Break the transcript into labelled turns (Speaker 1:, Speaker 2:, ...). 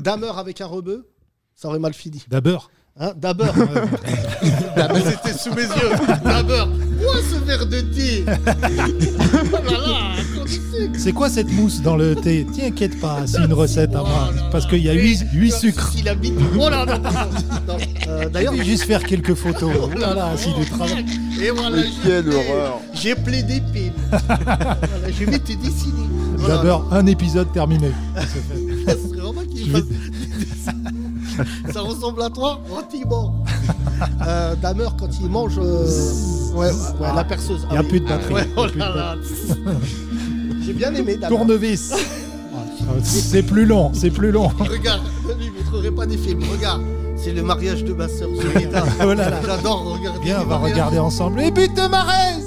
Speaker 1: Damer avec un rebeu, ça aurait mal fini.
Speaker 2: D'abord.
Speaker 1: Hein Daber. Daber, c'était sous mes yeux. Daber. Quoi ce verre de thé Oh là là, quand tu sais que-
Speaker 2: C'est quoi cette mousse dans le thé T'inquiète pas, c'est une recette à
Speaker 1: Oh
Speaker 2: moi.
Speaker 1: là
Speaker 2: Parce
Speaker 1: là.
Speaker 2: qu'il y a
Speaker 1: Mais
Speaker 2: 8,
Speaker 1: comme
Speaker 2: sucres.
Speaker 1: s'il habite- Oh là là. Non, euh, D'ailleurs,
Speaker 2: D'ailleurs, juste faire quelques photos.
Speaker 1: Oh là là,
Speaker 2: si du travail.
Speaker 1: Et voilà,
Speaker 3: Mais
Speaker 1: j'ai
Speaker 3: quelle
Speaker 1: plaidé.
Speaker 3: horreur.
Speaker 1: J'ai plaidé pile. Voilà, je vais te dessiner. Voilà.
Speaker 2: D'abord, un épisode terminé.
Speaker 1: Ça serait vraiment qu'il
Speaker 2: Je vais-
Speaker 1: fasse des dessins. Ça ressemble à toi, gentiment. Euh, Damer, quand il mange, euh, ouais, ouais,
Speaker 2: Ah.
Speaker 1: la perceuse.
Speaker 2: Il y a
Speaker 1: Ah oui.
Speaker 2: plus de batterie.
Speaker 1: Ouais,
Speaker 2: Il y a
Speaker 1: oh
Speaker 2: plus de
Speaker 1: là là. J'ai bien aimé Damer.
Speaker 2: Tournevis. Ah, C'est plus long, c'est plus long.
Speaker 1: Regarde, je ne lui montrerai pas des films. Regarde, c'est le mariage de ma sœur Solita.
Speaker 2: Oh là là.
Speaker 1: J'adore regarder.
Speaker 2: Bien,
Speaker 1: les
Speaker 2: on va
Speaker 1: mariages.
Speaker 2: regarder ensemble. Et but de Marez